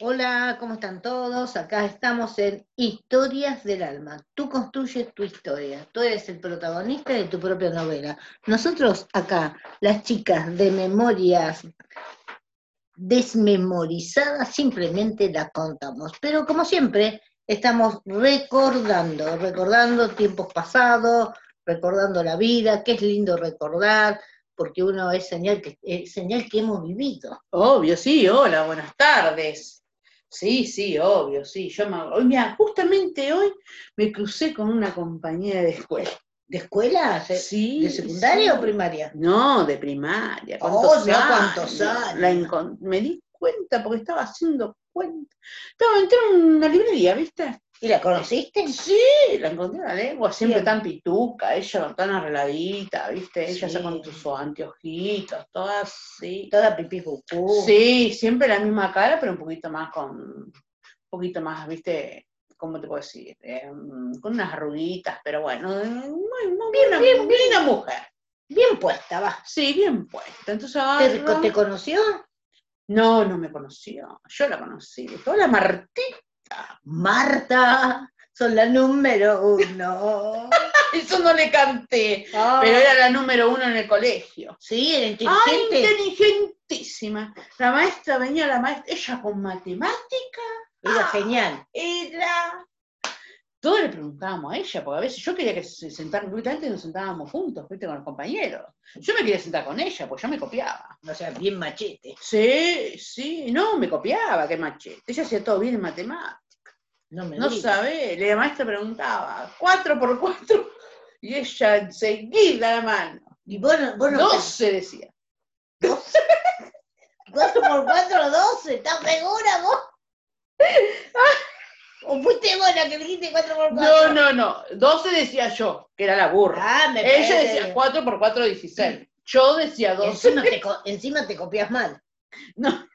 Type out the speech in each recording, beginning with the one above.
Hola, ¿cómo están todos? Acá estamos en Historias del Alma. Tú construyes tu historia. Tú eres el protagonista de tu propia novela. Nosotros acá, las chicas de memorias desmemorizadas, simplemente las contamos. Pero como siempre, estamos recordando, recordando tiempos pasados, recordando la vida, que es lindo recordar, porque uno es señal que, es señal que hemos vivido. Obvio, sí, hola, buenas tardes. Sí, sí, obvio, sí. Yo me, hoy, mira, justamente hoy me crucé con una compañía de escuela. ¿De escuela? ¿De, Sí, de secundaria sí. o primaria? No, de primaria. Oh, no, cuántos años. La encon- me di cuenta porque estaba haciendo cuenta. Estaba entré en una librería, ¿viste? ¿Y la conociste? Sí, la encontré a la lengua, siempre Bien. tan pituca, ella tan arregladita, ¿viste? Ella Sí. ya con sus anteojitos, todas así. Toda pipí cucú. Sí, siempre la misma cara, pero un poquito más con, un poquito más, viste, ¿cómo te puedo decir? Eh, con unas arruguitas, pero bueno, eh, muy, muy buena, bien, bien. linda mujer. Bien puesta, va. Sí, bien puesta. Entonces, ¿Te, agarro- te conoció? no, no me conoció. Yo la conocí. Le dije, hola Martita. Marta, son la número uno. Eso no le canté. Ah, Pero era la número uno en el colegio. Sí, era ¡Ay, inteligente. inteligentísima! La maestra venía, la maestra, ella con matemática. Era ah. genial. era. Todos le preguntábamos a ella, porque a veces yo quería que se sentaran, porque antes nos sentábamos juntos, viste, con los compañeros. Yo me quería sentar con ella, pues yo me copiaba. O sea, bien machete. Sí, sí, no, me copiaba, qué machete. Ella hacía todo bien en matemáticas. No me No digas. sabe, la maestra preguntaba, cuatro por cuatro, y ella enseguida la mano. Y vos, no- vos no Doce decía. ¿Cuatro por cuatro, doce? ¿Estás segura vos? ¿O fuiste vos la que dijiste cuatro por cuatro? Ah. No, no, no. Doce decía yo, que era la burra. Ah, me Ella parece decía bien. cuatro por cuatro, dieciséis. Yo decía doce. Encima te, co- encima te copias mal. No.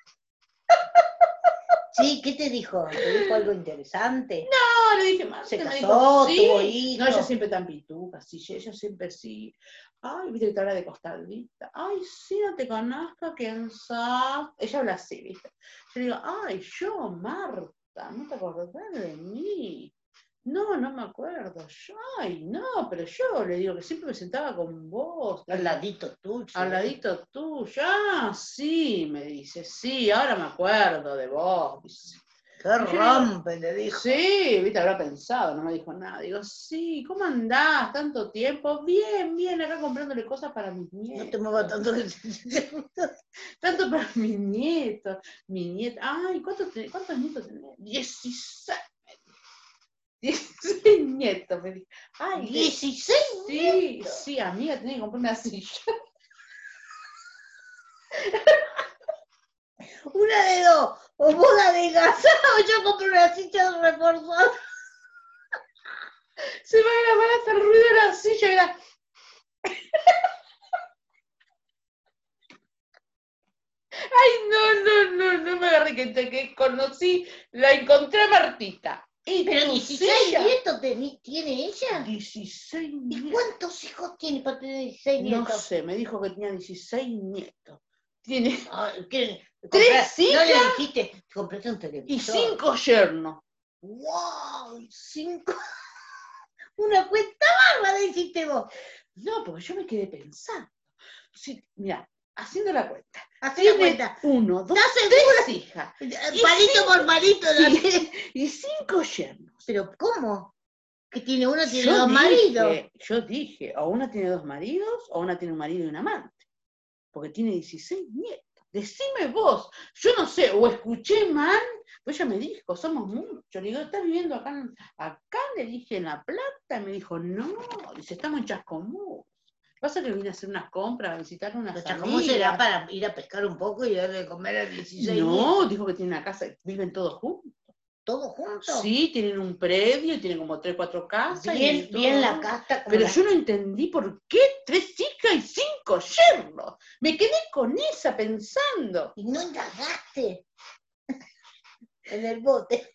Sí, ¿qué te dijo? ¿Te dijo algo interesante? No, le dije, más. Se casó, tuvo No, hijos. ella siempre tan pituca, sí, ella siempre sí. Ay, viste que te habla de costadita. Ay, sí, no te conozco, quién sos. Ella habla así, viste. Yo digo, ay, yo, Marta, ¿no te acordás de mí? No, no me acuerdo. Yo, ay, no, pero yo le digo que siempre me sentaba con vos. Al ladito tuyo. Al ladito tuyo. Ah, sí, me dice, sí, ahora me acuerdo de vos. dice. Qué rompe, le dijo. Sí, viste, habrá pensado, no me dijo nada. Digo, sí, ¿cómo andás? Tanto tiempo. Bien, bien, acá comprándole cosas para mis nietos. No te muevas tanto que Tanto para mis nietos. Mi nieta. Ay, ¿cuántos, te- cuántos nietos tenés? Dieciséis. me dijo. Dieciséis nietos, me dijo. Ay, dieciséis. 16. Sí, sí, amiga, tenés que comprar una silla. Una de dos. O vos la adelgazás o yo compro una silla reforzada. Se va a grabar hasta el ruido de la silla. Era... Ay, no, no, no, no me agarré que, te- que conocí, la encontré a Martita. ¿Y Pero tu 16 silla? nietos teni- tiene ella. 16 ¿Y nietos. cuántos hijos tiene para tener 16 No nietos? sé, me dijo que tenía 16 nietos. Tiene Ah, ¿qué? Tres Comprá- No le hijas. dijiste, compraste un televisor. y cinco yernos. ¡Wow! Cinco. Una cuenta bárbara hiciste vos. No, porque yo me quedé pensando. Sí, mira, haciendo la cuenta. Así Tiene la cuenta. Uno, dos, ¿Estás tres hijas Y Palito por palito. la- y, y cinco yernos. Pero ¿cómo? Que tiene uno, tiene Yo dos dije- maridos. Yo dije, o una tiene dos maridos, o una tiene un marido y un amante. Porque tiene 16 nietos. Decime vos, yo no sé, o escuché mal, pues ella me dijo, somos muchos. Le digo, ¿estás viviendo acá? en- Acá le dije en La Plata, y me dijo, no, dice, estamos en Chascomús. Pasa que vine a hacer unas compras, a visitar unas O sea, ¿cómo amigas. será para ir a pescar un poco y darle de comer a 16 No, dijo que tiene una casa, viven todos juntos. ¿Todos juntos? Sí, tienen un predio, tienen como tres, cuatro casas. y Bien, bien la todo. casta. como Pero la- yo no entendí por qué tres hijas y cinco yernos. Me quedé con esa pensando. Y no indagaste. en el bote.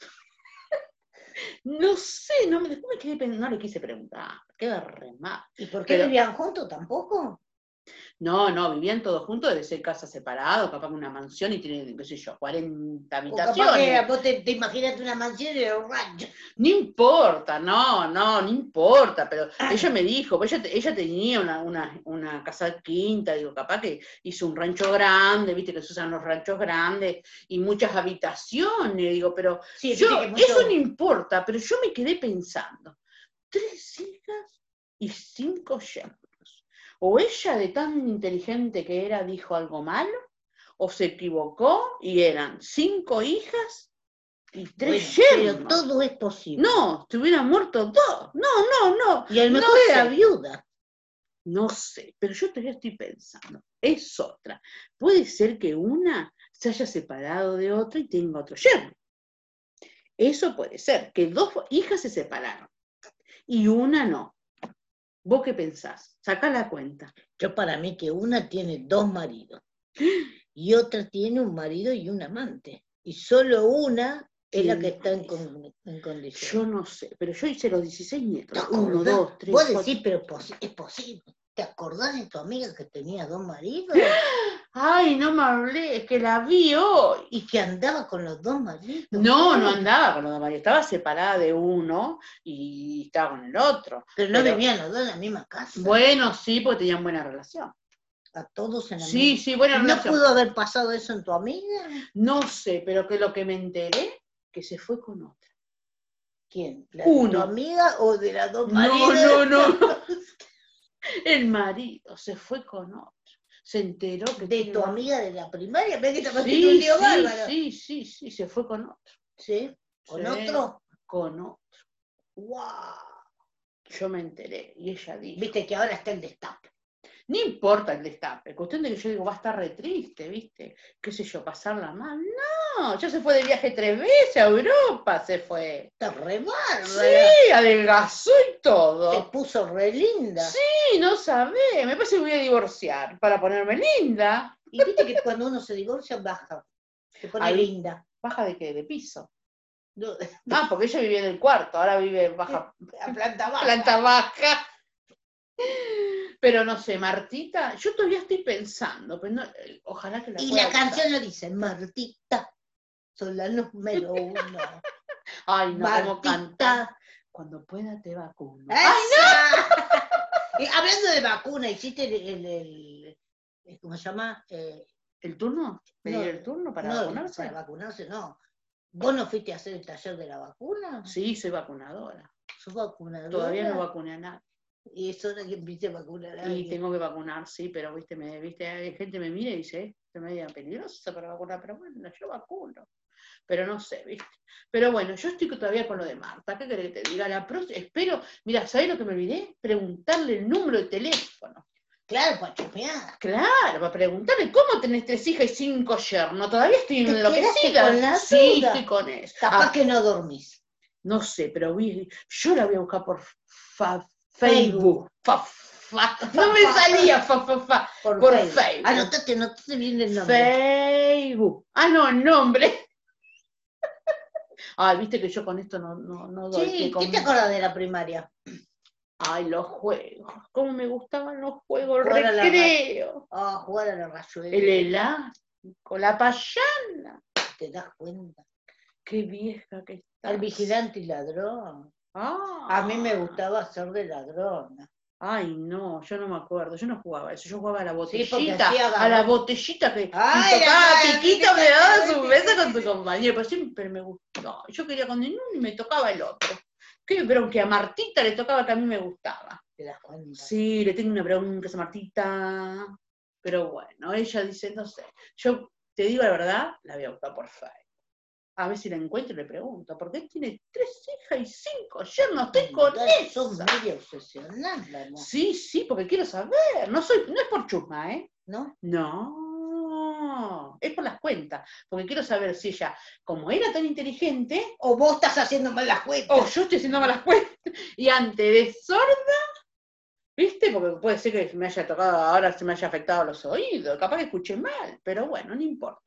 No sé, no, me, después me quedé pen- no le quise preguntar. Quedé re mal. ¿Y por qué Pero- vivían juntos tampoco? No, no, vivían todos juntos, debe ser casa separado, capaz que una mansión y tienen, qué sé yo, 40 O capaz que habitaciones. vos te, te imaginaste una mansión en un rancho. No importa, no, no, no importa, pero Ah. ella me dijo, pues ella, te- ella tenía una, una, una casa quinta, digo, capaz que hizo un rancho grande, viste que se usan los ranchos grandes y muchas habitaciones, digo, pero Sí, Yo- viste que mucho- eso no importa, pero yo me quedé pensando. Tres hijas y cinco yernos. O ella, de tan inteligente que era, dijo algo malo, o se equivocó y eran cinco hijas y tres Bueno, Pero yernos. todo es posible. No, te hubieran muerto dos. No, no, no. Y el mejor no era sé. viuda. No sé, pero yo todavía estoy pensando. Es otra. Puede ser que una se haya separado de otro y tenga otro yerno. Eso puede ser, que dos hijas se separaron y una no. ¿Vos qué pensás? Sacá la cuenta. Yo para mí que una tiene dos maridos y otra tiene un marido y un amante. Y solo una es la Tiene que está en, marido. con- en condición. Yo no sé, pero yo hice los 16 nietos. ¿Te Uno, acordás? dos, tres, Vos cuatro. decís, pero pos- es posible. ¿Te acordás de tu amiga que tenía dos maridos? Ay, no me hablé, es que la vi hoy. Y que andaba con los dos maridos. No, no andaba con los dos maridos, estaba separada de uno y estaba con el otro. Pero no Pero- vivían los dos en la misma casa. Bueno, sí, porque tenían buena relación. A todos en la Sí, sí, buena misma. ¿No relación. pudo haber pasado eso en tu amiga? No sé, pero que lo que me enteré, que se fue con otra. ¿Quién? ¿La de tu Uno. amiga o de las dos maridos? No, no, no. El marido se fue con otra. Se enteró que... De tiene tu una- amiga de la primaria, ves que te pasaste un Sí, lío sí, bárbaro. sí, sí, sí, se fue con otro. Sí, con Sí, otro. Con otro. ¡Wow! Yo me enteré y ella dijo... Viste que ahora está el destape. No importa el destape, cuestión de que yo digo, va a estar re triste, ¿viste? ¿Qué sé yo, pasarla mal? No, ya se fue de viaje tres veces a Europa, se fue. Está re bárbara. Sí, adelgazó y Se todo. puso re linda. Sí, no sabés, me parece que voy a divorciar para ponerme linda. Y viste que cuando uno se divorcia baja. Se pone Ahí. linda. ¿Baja de qué? De piso. No, Ah, porque ella vivía en el cuarto, ahora vive en baja, A planta baja. planta baja. Pero no sé, Martita, yo todavía estoy pensando, pero no- eh, ojalá que la Y pueda la usar. canción lo dice, Martita, son la número uno. Ay, no, cómo cantar. Martita. ¡Eh! Cuando pueda te vacuno. ¡Esa! Eh, hablando de vacuna, hiciste el, el- el- el- ¿cómo se llama? Eh, ¿El turno? ¿Pedir No, el turno para no, vacunarse? Para vacunarse, no. ¿Vos no fuiste a hacer el taller de la vacuna? Sí, soy vacunadora. ¿Sos vacunadora? Todavía no vacuné a nadie. Y es hora que empiece a vacunar a Y alguien. tengo que vacunar, sí, pero viste, me, viste, hay gente me mira y dice, eh, es media peligrosa para vacunar, pero bueno, yo vacuno. Pero no sé, viste. Pero bueno, yo estoy todavía con lo de Marta. ¿Qué querés que te diga? La próxima, espero, mira, ¿sabés lo que me olvidé? Preguntarle el número de teléfono. Claro, pues, para chusmear. Claro, para preguntarle cómo tenés tres hijas y cinco yernos. Todavía estoy Te enloquecida. quedaste con la sí, duda. estoy con eso. Capaz que no dormís. No sé, pero vi- yo la voy a buscar por fa- Facebook. Facebook. Fa- fa- no me salía fa, fa, fa. Por, Por Facebook. Facebook. Anotate, anotate bien el nombre. Facebook. Ah, no, el nombre. Ay, viste que yo con esto no, no, no doy. que Sí, con- ¿qué te acordás de la primaria? Ay, los juegos. Cómo me gustaban los juegos, el Jugar a la recreo, Ah, jugar a la rayuela. el elástico, la payana. Te das cuenta. Qué vieja que está. Al vigilante y ladrón. Ah. A mí me gustaba ser de ladrona. Ay, no, yo no me acuerdo, yo no jugaba eso, yo jugaba a la Sí, botellita, porque hacía a la barro. botellita que Ay, y tocaba la cara, piquito, viste, me daba viste, su viste. beso con tu compañero, pero siempre me gustó. Yo quería con uno y me tocaba el otro. Qué bronca, a Martita le tocaba que a mí me gustaba. ¿Te das cuenta? Sí, le tengo una bronca a esa Martita. Pero bueno, ella dice, no sé, yo te digo la verdad, la voy a buscar por Facebook. A ver si la encuentro y le pregunto, ¿por qué tiene tres hijas y cinco? Yo no estoy con Entonces, eso. Sos medio obsesionada, ¿no? Sí, sí, porque quiero saber. No, soy, no es por chusma, ¿eh? ¿no? No. Es por las cuentas. Porque quiero saber si ella, como era tan inteligente, O vos estás haciendo mal las o cuentas. yo estoy haciendo malas cuentas. Y antes de sorda, ¿viste? Porque puede ser que me haya tocado, ahora se me haya afectado los oídos. Capaz que escuché mal. Pero bueno, no importa.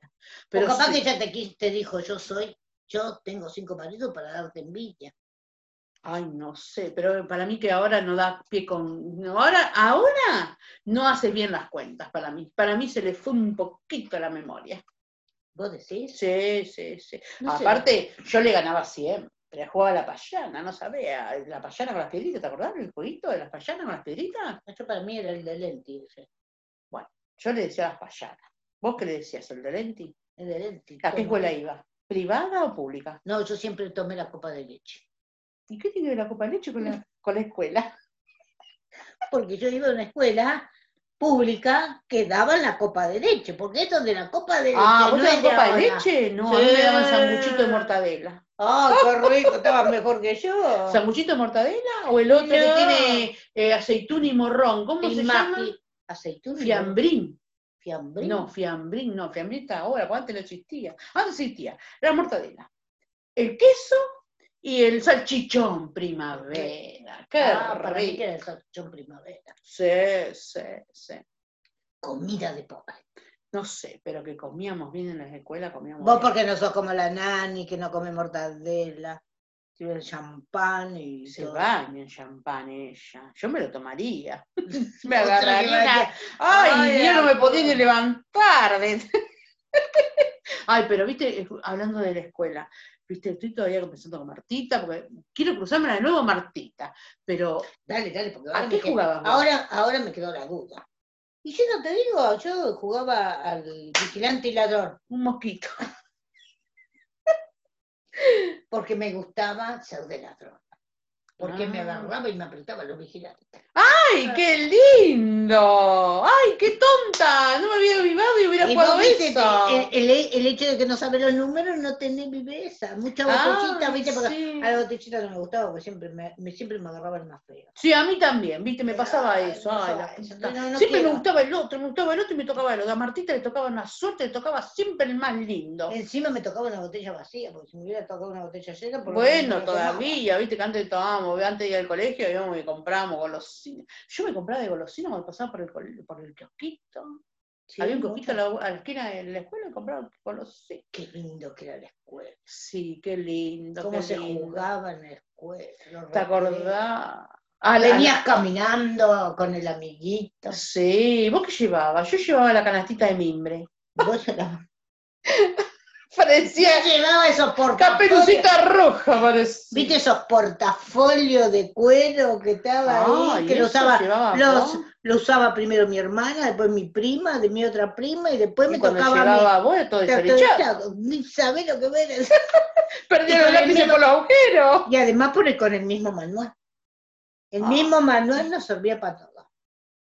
Pero o capaz sí. que ella te, quis- te dijo, yo soy, yo tengo cinco maridos para darte envidia. Ay, no sé, pero para mí que ahora no da pie con... no, Ahora, ahora no haces bien las cuentas para mí. Para mí se le fue un poquito la memoria. ¿Vos decís? Sí, sí, sí. No sé. Aparte, yo le ganaba siempre. Jugaba a la payana, no sabía. La payana con las piedritas, ¿te acordás del jueguito de las payanas con las piedritas? Yo para mí era el de Lenti, ese. Yo le decía las payanas. ¿Vos qué le decías, el de Lenti? el de Lenti. ¿A qué ¿cómo? escuela iba? ¿Privada o pública? No, yo siempre tomé la copa de leche. ¿Y qué tiene que ver la copa de leche con la, con la Eh, escuela? Porque yo iba a una escuela pública que daban la copa de leche, porque esto de la copa de leche. Ah, ¿vos no dabas era copa de ahora. leche? No, a mí me daban sanguchito de mortadela. Ah, qué rico, estabas mejor que yo. ¿Sanguchito de mortadela o el otro que No. tiene eh, aceitún y morrón? ¿Cómo Y se maqui, llama? Aceituna. Fiambrín. Fiambrín. No, fiambrín, no, fiambrín está ahora, porque antes no existía. Antes existía la mortadela, el queso y el salchichón primavera. Qué Ah, para mí rico. que era el salchichón primavera. Sí, sí, sí. Comida de pobre. No sé, pero que comíamos bien en las escuelas, comíamos Vos bien. porque no sos como la nani, que no come mortadela, tiene el champán y Se todo. baña en champán ella. Yo me lo tomaría. me Otra agarraría. que va una- a- Ay, Ay, yo no me ay. podía ni levantar. de- Ay, pero viste, eh, hablando de la escuela, viste, estoy todavía conversando con Martita, porque quiero cruzármela de nuevo a Martita. Pero, Dale, dale, porque ¿a ahora qué me, qued- jugabas? vos? ahora, ahora me quedó la duda. Y yo no te digo, yo jugaba al vigilante y ladrón, Un mosquito. porque me gustaba ser de ladrón. Porque me Ah. agarraba y me apretaba los vigilantes. ¡Ay, qué lindo! ¡Ay, qué tonta! No me hubiera vivado y hubiera Y jugado vos viste, eh, eso. el, el- el hecho de que no sabés los números no tenés viveza. Muchas botellitas, Ay, viste, porque Ah, sí. a la botellita no me gustaba, porque siempre me, me- siempre me agarraba el más feo. Sí, a mí también, viste, me Ay, pasaba me eso. pasaba ay, la eso. puta. No, no siempre me quiero. gustaba el otro, me gustaba el otro y me tocaba el otro. A Martita le tocaba una suerte, le tocaba siempre el más lindo. Encima me tocaba una botella vacía, porque si me hubiera tocado una botella llena, por lo menos me Bueno, la tomaba. todavía, viste que antes tomábamos, antes de ir al colegio, íbamos y comprábamos golosinas. Yo me compraba de golosinas cuando pasaba por el, col- por el kiosquito. Sí, Había un mucho. kiosquito a la, a la esquina de la escuela y compraba golosinas. Qué lindo que era la escuela. Sí, qué lindo. Cómo qué se lindo. jugaba en la escuela. los ¿Te recreos. acordás? Ah, la- Venías caminando con el amiguito. Sí, ¿vos qué llevabas? Yo llevaba la canastita de mimbre. Vos la- Parecía Yo llevaba esos portafolios. Caperucita roja parece. ¿Viste esos portafolios de cuero que estaba Ah, ahí? ¿y Que lo eso usaba, llevaba los, vos? lo usaba primero mi hermana, después mi prima, de mi otra prima, y después Y me cuando tocaba llegaba a vos, era todo a mí. despechado. Ni sabés lo que ver. Perdieron Y los con el lápices mismo- por los agujeros. Y además por el- con el mismo manual. El Ah. mismo manual nos servía para todo.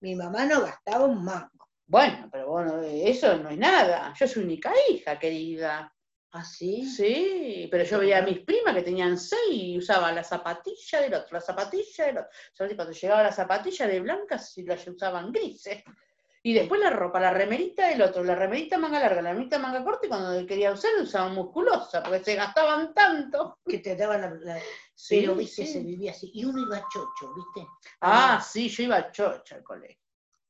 Mi mamá no gastaba un mango. Bueno, pero bueno, eso no es nada. Yo soy única hija, querida. ¿Así? Sí, pero yo veía a mis primas que tenían seis y usaban la zapatilla del otro, la zapatilla del otro. ¿Sabes? Cuando llegaba la zapatilla de blancas y las usaban grises. Y después la ropa, la remerita del otro, la remerita manga larga, la remerita manga corta, y cuando quería usar, usaban musculosa, porque se gastaban tanto. Que te daban la, la- Sí, Pero viste, sí. se vivía así. Y uno iba chocho, ¿viste? Ah, sí, yo iba a chocha al colegio.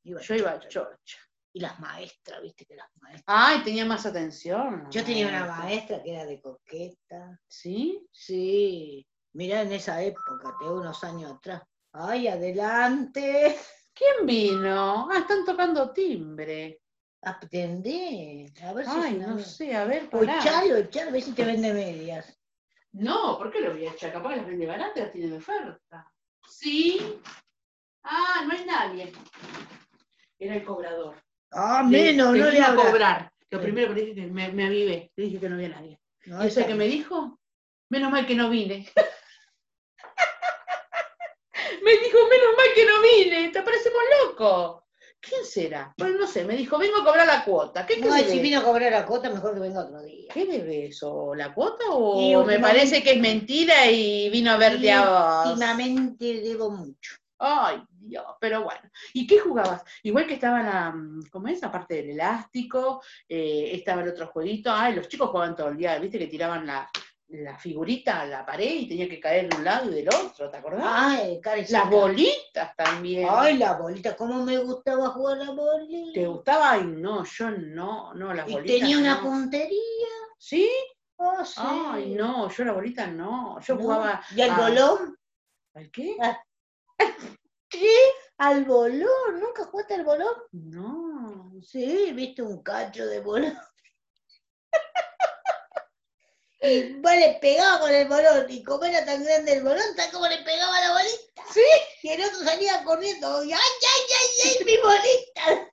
Iba Yo iba a chocho. chocha. Y las maestras, ¿viste? Que las maestras. Ay, tenía más atención. Yo tenía una maestra que era de coqueta. ¿Sí? Sí. Mirá en esa época, te digo, unos años atrás. Ay, adelante. ¿Quién vino? Ah, están tocando timbre. Atendé. A ver si Ay, es una no vez. sé, a ver, O pará. echalo, echalo, a ver si te vende medias. No, ¿por qué lo voy a echar? Capaz que las vende baratas, las tiene de oferta. ¿Sí? Ah, no es nadie. Era el cobrador. Ah, menos, Le- no le le iba a hablas. cobrar. Lo Sí. primero que le dije que me, me avivé, le dije que no había nadie. No, ¿Y eso está que me bien. dijo? Menos mal que no vine. me dijo, menos mal que no vine, te parecemos loco. ¿Quién será? Bueno, no sé, me dijo, vengo a cobrar la cuota. ¿Qué, qué No, le si ves? vino a cobrar la cuota, mejor que venga otro día. ¿Qué le ves? ¿O la cuota? ¿O Y me últimamente- parece que es mentira y vino a verte a vos? Últimamente debo mucho. Ay, Dios, pero bueno. ¿Y qué jugabas? Igual que estaba la, mm, ¿cómo es? Aparte del elástico, eh, estaba el otro jueguito. Ay, los chicos jugaban todo el día, viste que tiraban la, la figurita a la pared y tenía que caer de un lado y del otro, ¿te acordás? Ay, cara ¿Ah? Las seca. bolitas también. Ah, Ay, la bolita, cómo me gustaba jugar a la bolita. ¿Te gustaba? Ay, no, yo no, no, las y bolitas. tenía una no. puntería. ¿Sí? Oh, sí. Ay, no, yo la bolita no. Yo No. jugaba. ¿Y el a- bolón? ¿Al qué? ¿Qué? Al bolón, ¿nunca jugaste al bolón? No. Sí, viste un cacho de bolón. y vos le pegabas con el bolón, y como era tan grande el bolón, tal como le pegaba la bolita. Sí. Y el otro salía corriendo, y ¡ay, ay, ay, ay, mi bolita!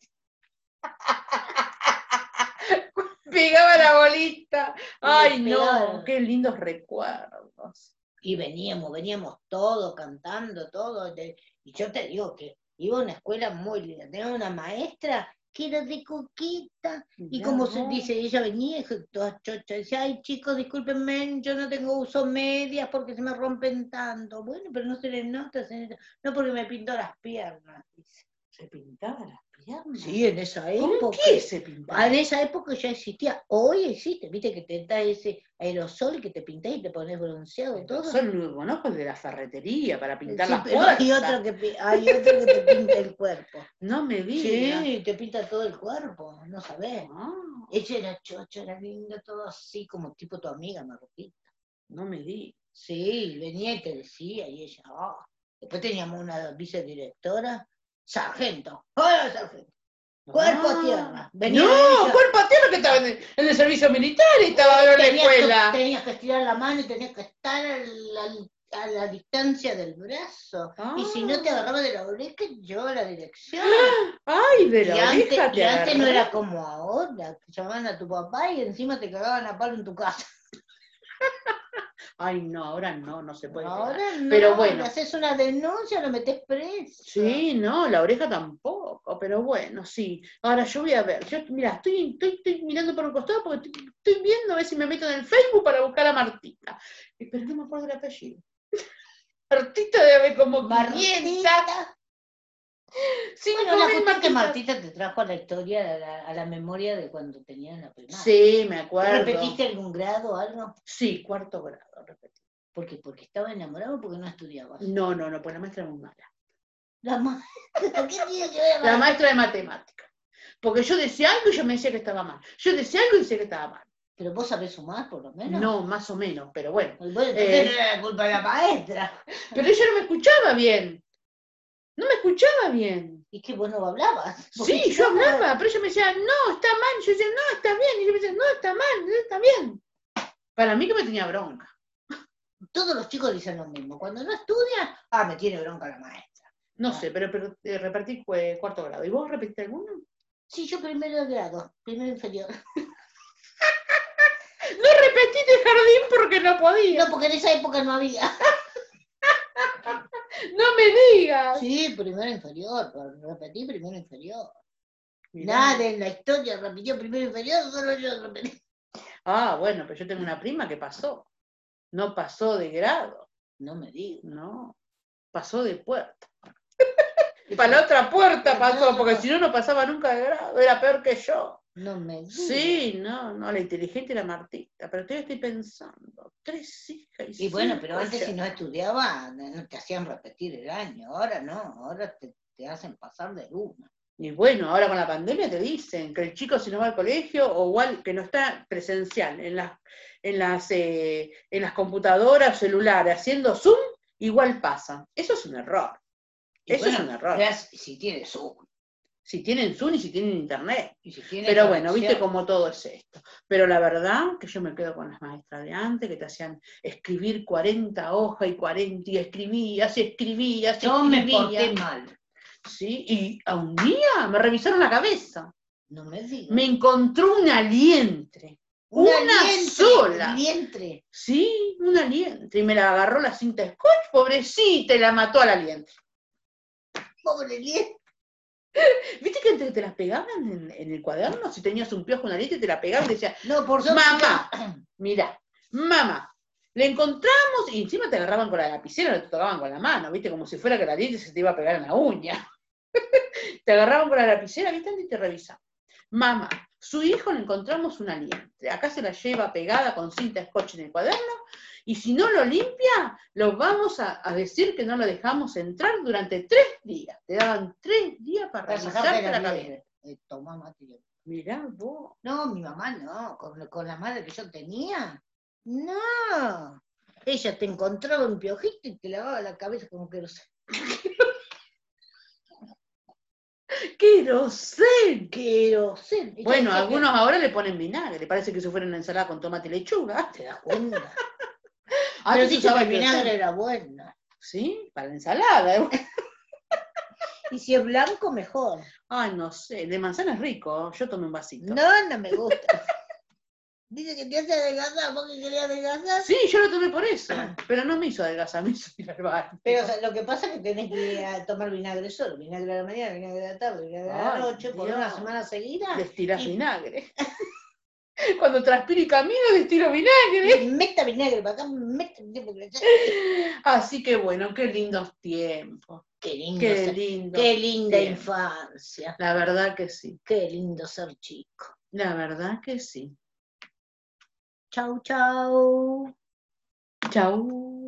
Pegaba la bolita. Ay, pegaba. no, qué lindos recuerdos. Y veníamos, veníamos todos cantando, todo. de- y yo te digo que iba a una escuela muy linda, tenía una maestra que era de coquita, Y Mirá como se vos. dice, ella venía y toda chocha, decía, ay chicos, discúlpenme, yo no tengo uso medias porque se me rompen tanto. Bueno, pero no se les nota, señorita. no porque me pintó las piernas. dice. ¿Se pintaba las piernas? Sí, en esa ¿Con época. qué se pintaba? Ah, En esa época ya existía, hoy existe, viste que te da ese aerosol que te pintás y te pones bronceado, todo. Son los que conozco el de la ferretería para pintar Sí, las pero puertas. hay otro, que, pi- hay otro que te pinta el cuerpo. No me digas. Sí, te pinta todo el cuerpo, no sabés. Ah, Ella era chocha, era linda, todo así, como tipo tu amiga, Marroquín. no me digas. Sí, venía y te decía, y ella, ah. Después teníamos una vicedirectora, sargento, hola sargento, cuerpo a Ah. tierra. Venía No, ella, cuerpo a tierra que estaba en el, en el servicio militar y estaba en la tenías que- escuela. tenías que estirar la mano y tenías que estar a la, a la distancia del brazo. Ah. Y si no te agarraba de la oreja, yo la dirección. Ay, de y la antes, oreja y te antes no agarró. era como ahora, que llamaban a tu papá y encima te cagaban a palo en tu casa. Ay, no, ahora no, no se puede. pegar. Ahora no, Pero bueno. le haces una denuncia, lo metes preso. Sí, no, la oreja tampoco, pero bueno, sí. Ahora yo voy a ver. Yo, mira, estoy, estoy, estoy mirando por un costado porque estoy, estoy viendo a ver si me meto en el Facebook para buscar a Martita. Eh, Pero no me acuerdo el apellido. Martita debe haber como 500. Martita. cinco Bueno, la mil cuestión es que Martitas. Martita te trajo a la historia, a la, a la memoria de cuando tenías la primaria. Sí, me acuerdo. ¿Repetiste algún grado o algo? Sí, cuarto grado, repetí. Porque, porque estaba enamorado o porque no estudiabas. No, no, no, pues la maestra era muy mala. La ma- ¿Qué tiene que ver La la maestra de matemática. Porque yo decía algo y ella me decía que estaba mal. Yo decía algo y decía que estaba mal. Pero vos sabés sumar, por lo menos. No, más o menos, pero bueno. Y Bueno, entonces Eh. no era la culpa de la maestra. Pero ella no me escuchaba bien. No me escuchaba bien. Y que vos no hablabas. Porque Sí, yo hablaba, pero ella me decía, no, está mal. Yo decía, no, está bien. Y ella me decía, no, está mal, no, está bien. Para mí que me tenía bronca. Todos los chicos dicen lo mismo. Cuando no estudian, ah, me tiene bronca la maestra. No Ah. sé, pero, pero, eh, repartí eh, cuarto grado. ¿Y vos repetiste alguno? Sí, yo primero grado, primero inferior. No repetiste jardín porque no podía. No, porque en esa época no había. No me digas. Sí, primero inferior, pero repetí primero inferior. Mirá. Nadie en la historia repitió primero inferior, solo yo repetí. Ah, bueno, pero yo tengo una prima que pasó. No pasó de grado, No me digas. no. Pasó de puerta. Para la otra puerta pasó, porque si no, no pasaba nunca de grado. Era peor que yo. No me digas. Sí, no, no, la inteligente era Martita. Pero todavía estoy pensando. Tres hijas. Y bueno, pero cinco antes ya. si no estudiaba, no te hacían repetir el año. Ahora no, ahora te, te hacen pasar de luna. Y bueno, ahora con la pandemia te dicen que el chico si no va al colegio o igual que no está presencial en las, en las, eh, en las computadoras, celulares, haciendo Zoom, igual pasa. Eso es un error. Y Eso es bueno, un error. verás Si tiene su. Si tienen Zoom y si tienen internet. y si tiene Pero bueno, conexión. viste cómo todo es esto. Pero la verdad que yo me quedo con las maestras de antes que te hacían escribir 40 hojas y 40 y escribías y escribías y Yo me porté escribías. mal. Sí, y a un día me revisaron la cabeza. No me digas. me encontró una lientre, una lientre, sola. Vientre. ¿sí? Una lientre. Y me la agarró la cinta scotch, pobrecita, y la mató a la lientre. Pobre vientre. ¿Viste que antes te las pegaban en, en el cuaderno? Si tenías un piojo en la lientre, te la pegaban y decían, No, por suerte. mamá, mirá, mamá, le encontramos, y encima te agarraban con la lapicera, no te tocaban con la mano, ¿viste? Como si fuera que la lientre se te iba a pegar en la uña. te agarraban con la lapicera, ¿viste? Y te revisaban. Mamá, su hijo le encontramos una lientre. Acá se la lleva pegada con cinta scotch en el cuaderno, y si no lo limpia, lo vamos a, a decir que no lo dejamos entrar durante tres días. Te daban tres días para Para revisarte sacarte la la cabeza. piedra. Eh, tomá mate. yo. Mirá vos. No, mi mamá no, con, con la madre que yo tenía. No. ella te encontraba un piojito y te lavaba la cabeza con queroseno. ¡Querosén! Queroseno. Ella Bueno, decía que- algunos ahora le ponen vinagre, parece que se fuera una ensalada con tomate y lechuga. ¿Te das cuenta? Pero Antes dicho usaba Ah, que el vinagre querosén. era bueno. Sí, para la ensalada. ¿eh? Y si es blanco, mejor. Ay, no sé, el de manzana es rico, yo tomé un vasito. No, no me gusta. Dice que te hace adelgazar, vos que querías adelgazar. Sí, yo lo tomé por eso, pero no me hizo adelgazar, me hizo ir al baño. Pero o sea, lo que pasa es que tenés que ir a tomar vinagre solo, vinagre a la mañana, vinagre a la tarde, vinagre a la Ay, noche, por Dios. una semana seguida. Destilás ah, Y- vinagre. Cuando transpiro y camino, destilo vinagre. Y Meta vinagre para acá, meta vinagre para allá. Así que bueno, qué lindos tiempos. Qué lindo Qué ser- lindo. qué linda Bien. infancia, La verdad que sí. qué lindo ser chico. La verdad que sí. Chau, chau. Chau.